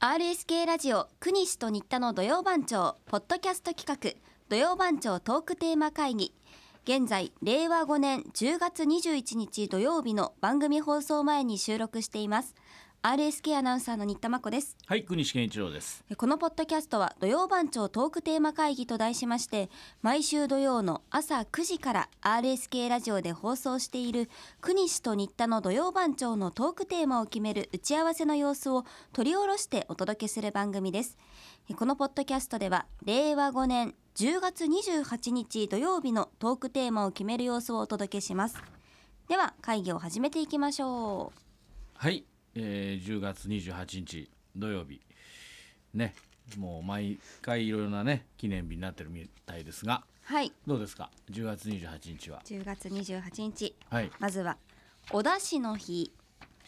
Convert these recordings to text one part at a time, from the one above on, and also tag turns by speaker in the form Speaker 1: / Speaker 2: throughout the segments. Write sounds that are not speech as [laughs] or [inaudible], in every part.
Speaker 1: RSK ラジオ国西と新田の土曜番長ポッドキャスト企画土曜番長トークテーマ会議現在令和5年10月21日土曜日の番組放送前に収録しています RSK アナウンサーの新田真子です
Speaker 2: はい、国西健一郎です。
Speaker 1: このポッドキャストは土曜番長トークテーマ会議と題しまして毎週土曜の朝9時から RSK ラジオで放送している国西と新田の土曜番長のトークテーマを決める打ち合わせの様子を取り下ろしてお届けする番組ですこのポッドキャストでは令和5年10月28日土曜日のトークテーマを決める様子をお届けしますでは会議を始めていきましょう
Speaker 2: はい、えー、10月28日土曜日ね、もう毎回いろいろなね記念日になってるみたいですが、
Speaker 1: はい
Speaker 2: どうですか？10月28日は。
Speaker 1: 10月28日
Speaker 2: はい。
Speaker 1: まずはお出汁の日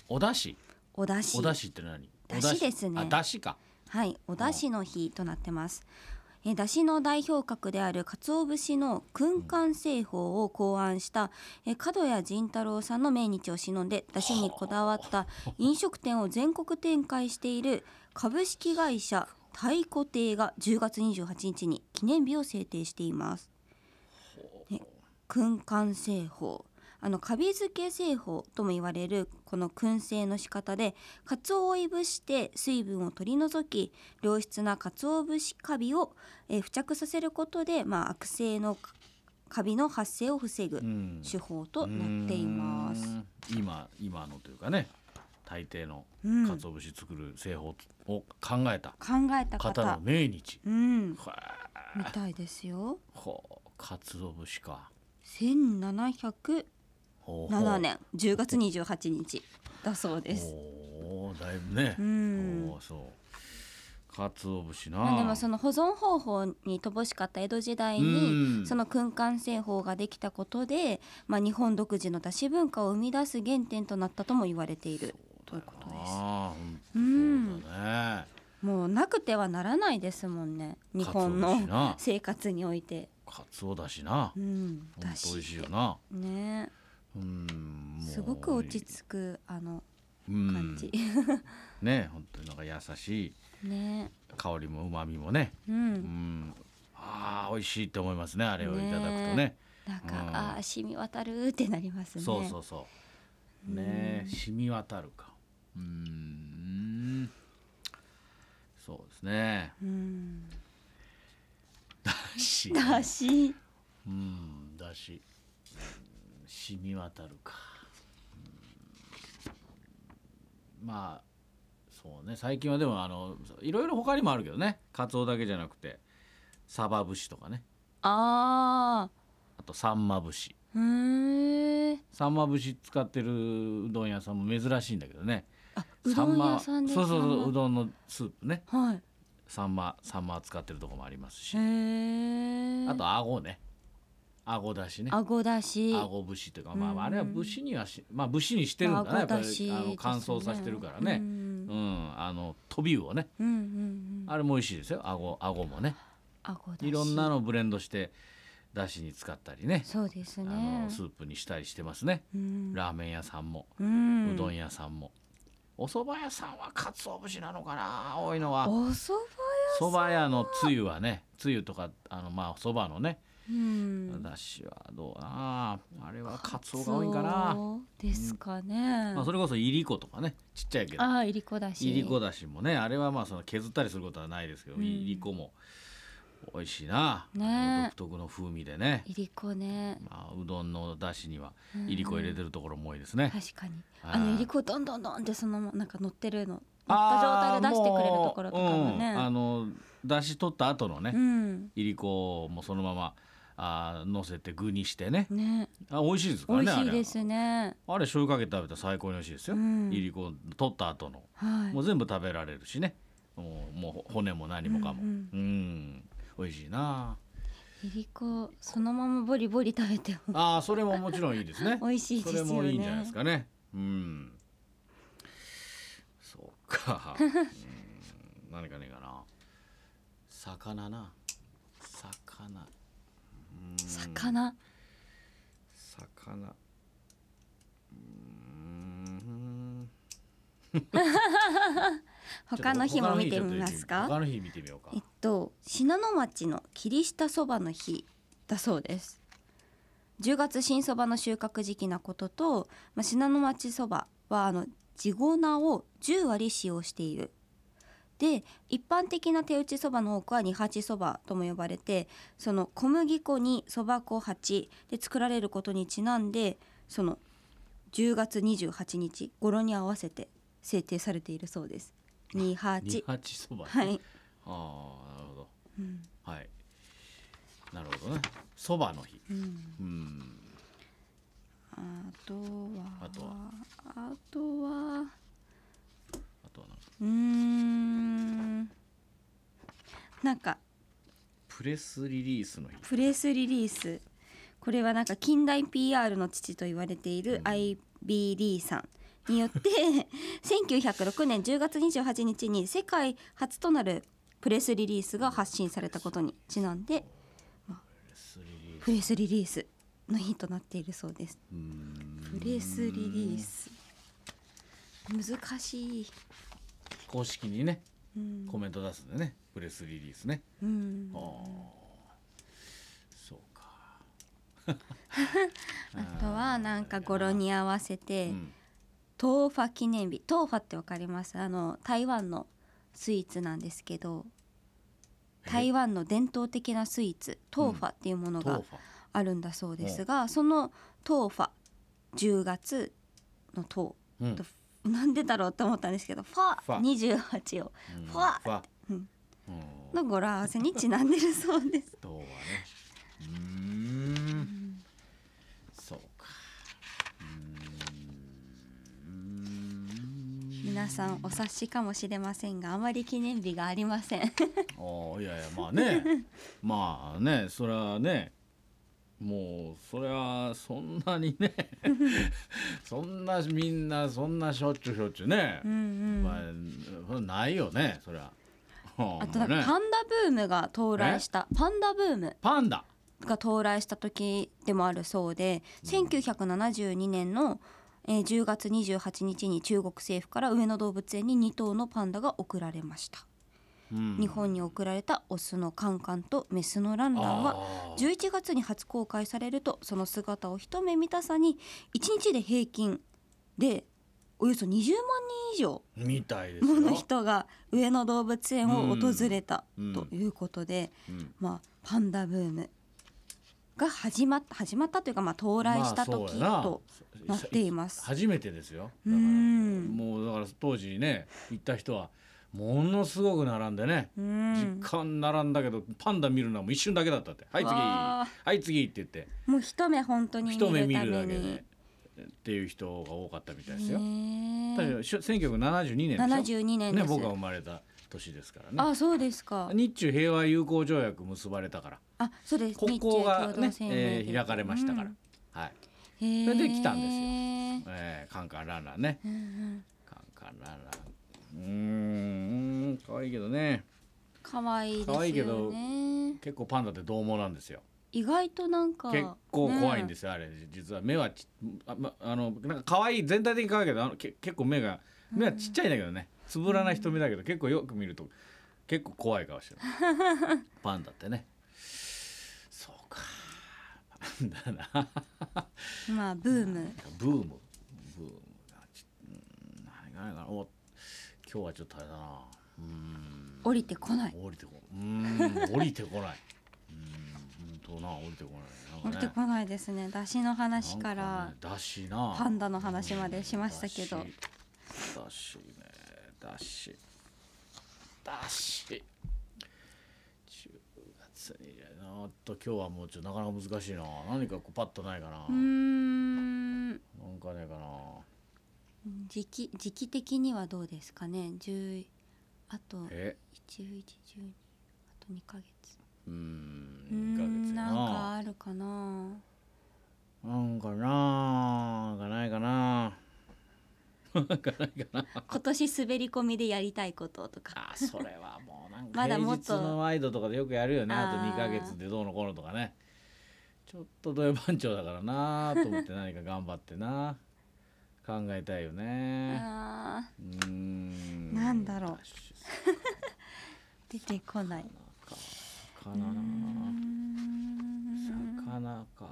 Speaker 2: お出汁、
Speaker 1: お出汁
Speaker 2: お出汁って何？お
Speaker 1: 出汁ですね
Speaker 2: あ、出汁か。
Speaker 1: はいお出汁の日となってますえ出汁の代表格である鰹節の燻缶製法を考案したえ角谷仁太郎さんの命日を忍んで出汁にこだわった飲食店を全国展開している株式会社太鼓亭が10月28日に記念日を制定しています。ね燻缶製法あのカビ漬け製法とも言われるこの燻製の仕方で鰹をいぶして水分を取り除き良質な鰹節カビを、えー付着させることで、まあ、悪性のカカビの発生を防ぐ
Speaker 2: うん。
Speaker 1: 手法となっています。
Speaker 2: うーん。今今のというかね、大抵の
Speaker 1: うん
Speaker 2: 鰹節作る製法を考えた
Speaker 1: 考えた
Speaker 2: 方の
Speaker 1: 方、
Speaker 2: 命日。
Speaker 1: うん、
Speaker 2: はあ、
Speaker 1: みたいですよ。
Speaker 2: ほう、鰹節か。
Speaker 1: 1707
Speaker 2: ほうほう
Speaker 1: 年10月28日だそうです。
Speaker 2: おお、だいぶね。
Speaker 1: うん
Speaker 2: おお、そう。鰹節な。
Speaker 1: まあ、でもその保存方法に乏しかった江戸時代に
Speaker 2: うん
Speaker 1: その燻缶製法ができたことで、まあ、日本独自の出汁文化を生み出す原点となったとも言われているということです
Speaker 2: ああ、ほんと
Speaker 1: うん
Speaker 2: そうだね。
Speaker 1: もうなくてはならないですもんね日本
Speaker 2: 鰹
Speaker 1: の
Speaker 2: 節な
Speaker 1: 生活において、
Speaker 2: 鰹だしな
Speaker 1: う。ん、
Speaker 2: ほん
Speaker 1: だ
Speaker 2: と美味しい
Speaker 1: し
Speaker 2: よな。
Speaker 1: ね
Speaker 2: うん。もう
Speaker 1: すごく落ち着くあの
Speaker 2: うん
Speaker 1: 感
Speaker 2: [laughs]
Speaker 1: じ、
Speaker 2: ね、本当になんか優しい
Speaker 1: ね
Speaker 2: 香りも旨味もね。
Speaker 1: う
Speaker 2: うんん。ああ、美味しいって思いますね。あれをいただくとね
Speaker 1: ね。なんか、
Speaker 2: うん
Speaker 1: ああ染み渡るってなりますね
Speaker 2: そうそうそう。ねえ、染み渡るか。うーん。そうで
Speaker 1: [laughs]
Speaker 2: すね。
Speaker 1: うん、
Speaker 2: だし。
Speaker 1: だし
Speaker 2: うん、だし。うん染み渡るか。うんまあ。そうね、最近はでも、あの、いろいろ他にもあるけどね。カツオだけじゃなくて。サバ節とかね。
Speaker 1: ああ
Speaker 2: あとサンマ節。
Speaker 1: へー
Speaker 2: サンマ節使ってるうどん屋さんも珍しいんだけどね。
Speaker 1: あうどん屋さんで
Speaker 2: サンマそうそうそう
Speaker 1: ど
Speaker 2: うどんのスープね
Speaker 1: んはい
Speaker 2: サンマサンマ使ってるとこもありますし、
Speaker 1: へえ
Speaker 2: あと顎ね顎だしね
Speaker 1: あごだし
Speaker 2: 顎節というか、まあまあ、
Speaker 1: う
Speaker 2: あ
Speaker 1: ん
Speaker 2: れは節にはしまあ節にしてるんだな、やっぱり
Speaker 1: ですね
Speaker 2: あの乾燥させてるからね
Speaker 1: う、
Speaker 2: うん
Speaker 1: ん
Speaker 2: あの飛び魚ね
Speaker 1: うんうんうん
Speaker 2: あれも美味しいですよ顎顎もね
Speaker 1: あごだし
Speaker 2: いろんなのブレンドしてだしに使ったりね
Speaker 1: そうです
Speaker 2: あ
Speaker 1: ね
Speaker 2: のスープにしたりしてますね
Speaker 1: うん
Speaker 2: ラーメン屋さんも、
Speaker 1: うん
Speaker 2: うどん屋さんもお蕎麦屋さんは鰹節なのかな多いのは
Speaker 1: おそば
Speaker 2: そば屋のつゆはねつゆとかあのまあそばのね、
Speaker 1: 屋うん
Speaker 2: だしはどうなあれはカツオが多いんかな、
Speaker 1: そうですかね
Speaker 2: まあ、それこそいりことかねちっちゃいけど
Speaker 1: あいりこだし
Speaker 2: いりこだしもねあれはまあその削ったりすることはないですけど、
Speaker 1: うん
Speaker 2: いりこも美味しいな、
Speaker 1: ねえ
Speaker 2: あの独特の風味でね、
Speaker 1: いりこね
Speaker 2: まあ、うどんのだしには
Speaker 1: うん
Speaker 2: いりこ入れてるところも多いですね、
Speaker 1: 確かに
Speaker 2: はい
Speaker 1: あのいりこどんどんどんってそのままなんか乗ってるの乗った状
Speaker 2: あ
Speaker 1: 態
Speaker 2: ー
Speaker 1: で出してくれるところとかも
Speaker 2: もううんあ
Speaker 1: ね
Speaker 2: のだし取った後のね、
Speaker 1: うん
Speaker 2: いりこもそのままあー乗せて具にしてね
Speaker 1: ね
Speaker 2: あ美味しいですか
Speaker 1: 美
Speaker 2: らね
Speaker 1: 味しい
Speaker 2: あれ
Speaker 1: ですね
Speaker 2: あれ醤油かけて食べたら最高に美味しいですよ、
Speaker 1: うん
Speaker 2: いりこ取った後の
Speaker 1: はい
Speaker 2: もう全部食べられるしねもうもう骨も何もかも
Speaker 1: う
Speaker 2: うんん、美味しいない
Speaker 1: りこそのままボリボリ食べても
Speaker 2: あーそれももちろんいいですね
Speaker 1: [laughs] 美味しいですよね
Speaker 2: それもいいんじゃないですかねうんそうかうん何かねえかな魚な魚うん
Speaker 1: 魚
Speaker 2: 魚うーん
Speaker 1: 他の日も見てみますか
Speaker 2: 他の日見てみようか
Speaker 1: えっと信濃町の霧下そばの日だそうです10月新そばの収穫時期なことと、まあ、信濃町そばはあの地粉を10割使用しているで一般的な手打ちそばの多くは二八そばとも呼ばれてその小麦粉にそば粉八で作られることにちなんでその10月28日頃に合わせて制定されているそうです二
Speaker 2: 二
Speaker 1: 八
Speaker 2: 八そば、
Speaker 1: は
Speaker 2: あ
Speaker 1: い
Speaker 2: あなるほど
Speaker 1: うん
Speaker 2: はいなるほどねそばの日
Speaker 1: うん
Speaker 2: うん
Speaker 1: あとは
Speaker 2: あとは
Speaker 1: あとは
Speaker 2: あとはなんか
Speaker 1: うーんなんか
Speaker 2: プレスリリースの日
Speaker 1: プレスリリースこれはなんか近代 PR の父と言われている
Speaker 2: うん
Speaker 1: IBD さんによって [laughs] 1906年10月28日に世界初となるプレスリリースが発信されたことにちなんで
Speaker 2: プレスリリース
Speaker 1: プレスリリースの日となっているそうです。
Speaker 2: うーん
Speaker 1: プレスリリース難しい。
Speaker 2: 公式にね
Speaker 1: うん
Speaker 2: コメント出すんでねプレスリリースね
Speaker 1: うん
Speaker 2: ああそうか
Speaker 1: [laughs] あとはなんか語呂に合わせ
Speaker 2: う
Speaker 1: て
Speaker 2: ん
Speaker 1: 豆腐記念日豆腐ってわかりますあの台湾のスイーツなんですけど台湾の伝統的なスイーツ豆腐っていうもの
Speaker 2: トー
Speaker 1: が
Speaker 2: ファ
Speaker 1: あるんだそうですがその豆腐10月の豆
Speaker 2: うん
Speaker 1: となんでだろうと思ったんですけどフ
Speaker 2: フ
Speaker 1: ァ
Speaker 2: ァ
Speaker 1: 28を
Speaker 2: うん
Speaker 1: ファ
Speaker 2: ファ
Speaker 1: うん
Speaker 2: うん
Speaker 1: の語呂合わせにちなんでるそう [laughs] です。
Speaker 2: とはねうーんそうかうーん
Speaker 1: 皆さんお察しかもしれませんがあまり記念日がありません。
Speaker 2: ああいやいやまあ
Speaker 1: [laughs]
Speaker 2: ねまあねそれはねもうそれはそんな
Speaker 1: [laughs]
Speaker 2: にねそんなみんなそんなしょっちゅうしょっちゅうね
Speaker 1: う、んうん
Speaker 2: まあそれはないよねそりゃ。
Speaker 1: あとな
Speaker 2: ほ
Speaker 1: んんか
Speaker 2: まね
Speaker 1: パンダブームが到来したパンダブーム
Speaker 2: パンダ
Speaker 1: が到来した時でもあるそうで1972年のえー10月28日に中国政府から上野動物園に2頭のパンダが贈られました
Speaker 2: うん
Speaker 1: 日本に贈られたオスのカンカンとメスのランランは
Speaker 2: あー
Speaker 1: 11月に初公開されるとその姿を一目見たさに1日で平均でおよそ20万人以上
Speaker 2: みたいですよ
Speaker 1: もの人が上野動物園を訪れた
Speaker 2: うん
Speaker 1: ということで、
Speaker 2: うん
Speaker 1: まあ、パンダブームが始まった始まったというか、まあ、到来した
Speaker 2: まあそう
Speaker 1: 時
Speaker 2: やな
Speaker 1: となっています。
Speaker 2: 初めてですよだから
Speaker 1: うん
Speaker 2: もうだから当時ね行った人はものすごく並んでね、
Speaker 1: うん
Speaker 2: 時間並んだけどパンダ見るのはもう一瞬だけだったって「はい次
Speaker 1: わあ
Speaker 2: はい次」って言って
Speaker 1: もう一目本当に見
Speaker 2: 一目
Speaker 1: る
Speaker 2: 見
Speaker 1: た
Speaker 2: る
Speaker 1: め
Speaker 2: だけ
Speaker 1: に
Speaker 2: で。っていう人が多かったみたいですよ。だけ
Speaker 1: ね
Speaker 2: どしょ1972年でし
Speaker 1: 72
Speaker 2: ょ、
Speaker 1: 年で
Speaker 2: ね、
Speaker 1: す、
Speaker 2: 僕が生まれた年ですからね。
Speaker 1: あそうですか
Speaker 2: 日中平和友好条約結ばれたから
Speaker 1: あそうです
Speaker 2: 国交が、ね
Speaker 1: 日中共同
Speaker 2: え
Speaker 1: 声
Speaker 2: ー
Speaker 1: 明
Speaker 2: 開かれましたから、
Speaker 1: うん
Speaker 2: はい、
Speaker 1: へえ
Speaker 2: それで来たんですよえーカンカンランランね
Speaker 1: うんうん
Speaker 2: カンカンランランうーん可愛いけどね
Speaker 1: 可愛いですよね
Speaker 2: 可愛いけど結構パンダって獰猛なんですよ
Speaker 1: 意外となんか、
Speaker 2: 結構怖いんですすよ、あれ実は目はちあ,、ま、あのなんか可愛い全体的に可愛いけどあのけ結構目が目はちっちゃいんだけどねつぶらない瞳だけど結構よく見ると結構怖い顔
Speaker 1: [laughs]
Speaker 2: してるパンダってねそうかパンダな
Speaker 1: ねまあブーム
Speaker 2: ブームブームなちうん何がないかなお今日はちょっとあれだなうん
Speaker 1: 降りてこない
Speaker 2: 降りてこうーん降りてこないうん本当な降りてこない
Speaker 1: 降
Speaker 2: なん
Speaker 1: り
Speaker 2: か
Speaker 1: て
Speaker 2: ね
Speaker 1: こないですね出汁の話か
Speaker 2: なん
Speaker 1: ら
Speaker 2: ねだしな
Speaker 1: パンダの話までしましたけど
Speaker 2: うんだしだしねだしだし10月になっと今日はもうちょっとなかなか難しいな何かこうパッとないかな、
Speaker 1: うーん
Speaker 2: なんかねえかな
Speaker 1: 時期時期的にはどうですかね10あと
Speaker 2: え
Speaker 1: 1112あと2ヶ月
Speaker 2: うー
Speaker 1: うー
Speaker 2: ん2ヶ
Speaker 1: ん
Speaker 2: 月や
Speaker 1: なんか
Speaker 2: な
Speaker 1: あるかな
Speaker 2: なんかななんかないかな
Speaker 1: 今年滑り込みでやりたいこととか
Speaker 2: あそれはもうなんか
Speaker 1: まだ
Speaker 2: 平
Speaker 1: もっと
Speaker 2: 日のワイドとかでよくやるよねあと
Speaker 1: あー
Speaker 2: 2ヶ月でどうのこうのとかねちょっとどういう番長だからなと思って何か頑張ってな考考えたいよね
Speaker 1: あー
Speaker 2: うーん
Speaker 1: なんだろう
Speaker 2: ダッシ
Speaker 1: 出てこない
Speaker 2: ュ
Speaker 1: う
Speaker 2: 魚
Speaker 1: ーん
Speaker 2: 魚か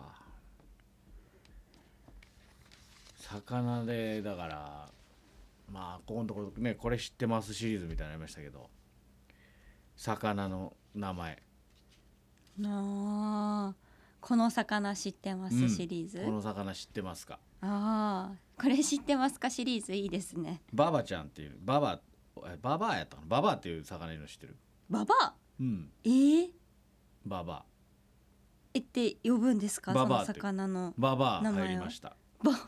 Speaker 2: 魚でだからまあここのところねこれ知ってますシリーズみたいなのありましたけど魚の名前
Speaker 1: なあこの魚知ってます、
Speaker 2: うん
Speaker 1: シリーズ
Speaker 2: この魚知ってますか
Speaker 1: ああこれ知ってますかシリーズいいですね
Speaker 2: ババちゃんっていうババえババアやったかなババアっていう魚いるの知ってる
Speaker 1: ババア
Speaker 2: うん
Speaker 1: えー、
Speaker 2: ババ
Speaker 1: えって呼ぶんですか
Speaker 2: ババアっ
Speaker 1: そ
Speaker 2: て
Speaker 1: の魚の
Speaker 2: アババア
Speaker 1: 名前は
Speaker 2: 入りました
Speaker 1: ババ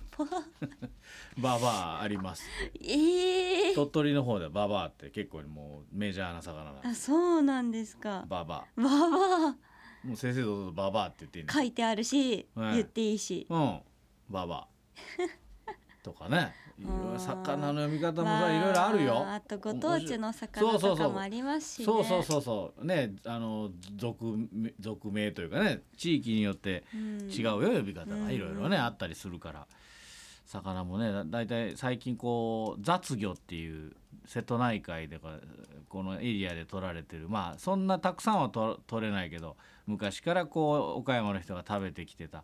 Speaker 1: ア
Speaker 2: ババアあります
Speaker 1: ええー、
Speaker 2: 鳥取の方ではババアって結構もうメジャーな魚なんで
Speaker 1: あそうなんですか
Speaker 2: すババ
Speaker 1: ババ
Speaker 2: アもう先生堂々とババアって言っていいんで
Speaker 1: ア
Speaker 2: す
Speaker 1: 書いてあるし、
Speaker 2: はい
Speaker 1: 言っていいし
Speaker 2: うん、ババアと
Speaker 1: [laughs]
Speaker 2: かね、いろいろ
Speaker 1: あー
Speaker 2: 魚の読み方も
Speaker 1: ま
Speaker 2: さ、いろいろあるよ。
Speaker 1: あとご当地の魚
Speaker 2: そうそ
Speaker 1: と
Speaker 2: うそ
Speaker 1: か
Speaker 2: う
Speaker 1: もありますしね
Speaker 2: そうそうそうそう、ね、あの俗名俗名というかね、地域によって
Speaker 1: うん
Speaker 2: 違うよ呼び方
Speaker 1: うん
Speaker 2: がいろいろねあったりするから。魚もねだだいたい最近こう雑魚っていう瀬戸内海でかこのエリアで取られてるまあそんなたくさんはと取れないけど昔からこう岡山の人が食べてきてた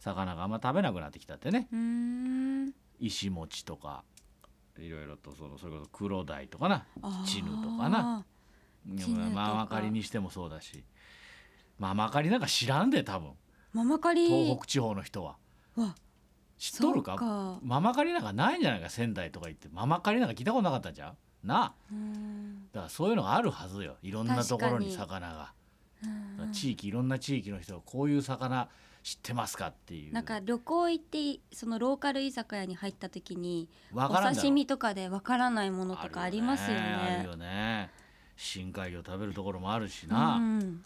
Speaker 2: 魚があんま食べなくなってきたってね
Speaker 1: うーん
Speaker 2: 石餅とかいろいろとそのそれこそ黒鯛とかな
Speaker 1: あー
Speaker 2: チヌとかな
Speaker 1: チヌとか
Speaker 2: まあまかりにしてもそうだしまあまかりなんか知らんで多分
Speaker 1: ママカリ
Speaker 2: 東北地方の人は
Speaker 1: わ
Speaker 2: 知っとる
Speaker 1: そ
Speaker 2: か
Speaker 1: うか
Speaker 2: ママカリなんかないんじゃないか仙台とか行ってママカリなんか聞いたことなかったじゃんなあ
Speaker 1: うん
Speaker 2: だからそういうのがあるはずよいろんなところに
Speaker 1: 確
Speaker 2: 魚が
Speaker 1: うん
Speaker 2: 地域いろんな地域の人がこういう魚知ってますかっていう
Speaker 1: なんか旅行行ってそのローカル居酒屋に入った時に
Speaker 2: わ
Speaker 1: お
Speaker 2: からんだろ
Speaker 1: 刺身とかでわからないものとかありますよ
Speaker 2: あ
Speaker 1: ね。
Speaker 2: るよね深海魚食べるところもあるし
Speaker 1: う
Speaker 2: な、
Speaker 1: ん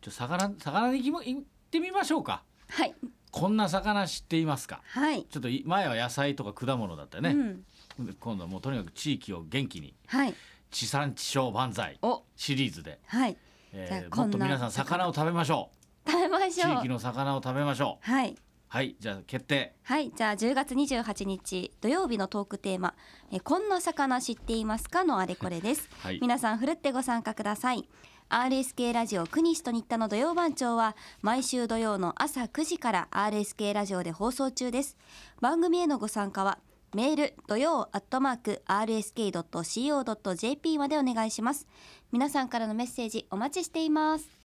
Speaker 2: ちょ魚魚に行きも行ってみましょうか
Speaker 1: はい
Speaker 2: こんな魚知っていますか
Speaker 1: はい
Speaker 2: ちょっとい前は野菜とか果物だったよ
Speaker 1: う
Speaker 2: ね、
Speaker 1: ん
Speaker 2: で今度はもうとにかく地域を元気に
Speaker 1: はい
Speaker 2: 地産地消万歳
Speaker 1: お
Speaker 2: シリーズで、
Speaker 1: はいじゃ
Speaker 2: え
Speaker 1: あ
Speaker 2: ー
Speaker 1: こ
Speaker 2: も
Speaker 1: ん
Speaker 2: っ
Speaker 1: な
Speaker 2: と皆さん魚を食べましょ
Speaker 1: 食べま
Speaker 2: う
Speaker 1: し
Speaker 2: 地
Speaker 1: ょ
Speaker 2: 域
Speaker 1: う。
Speaker 2: の魚を食べましょう
Speaker 1: はい
Speaker 2: はいじゃあ決定
Speaker 1: はいじゃあ10月28日土曜日のトークテーマ「えこんな魚知っていますか?」のあれこれです。
Speaker 2: はい
Speaker 1: 皆さんふるってご参加ください RSK ラジオ国西と新田の土曜番長は毎週土曜の朝9時から RSK ラジオで放送中です番組へのご参加はメール土曜アットマーク RSK.CO.JP までお願いします皆さんからのメッセージお待ちしています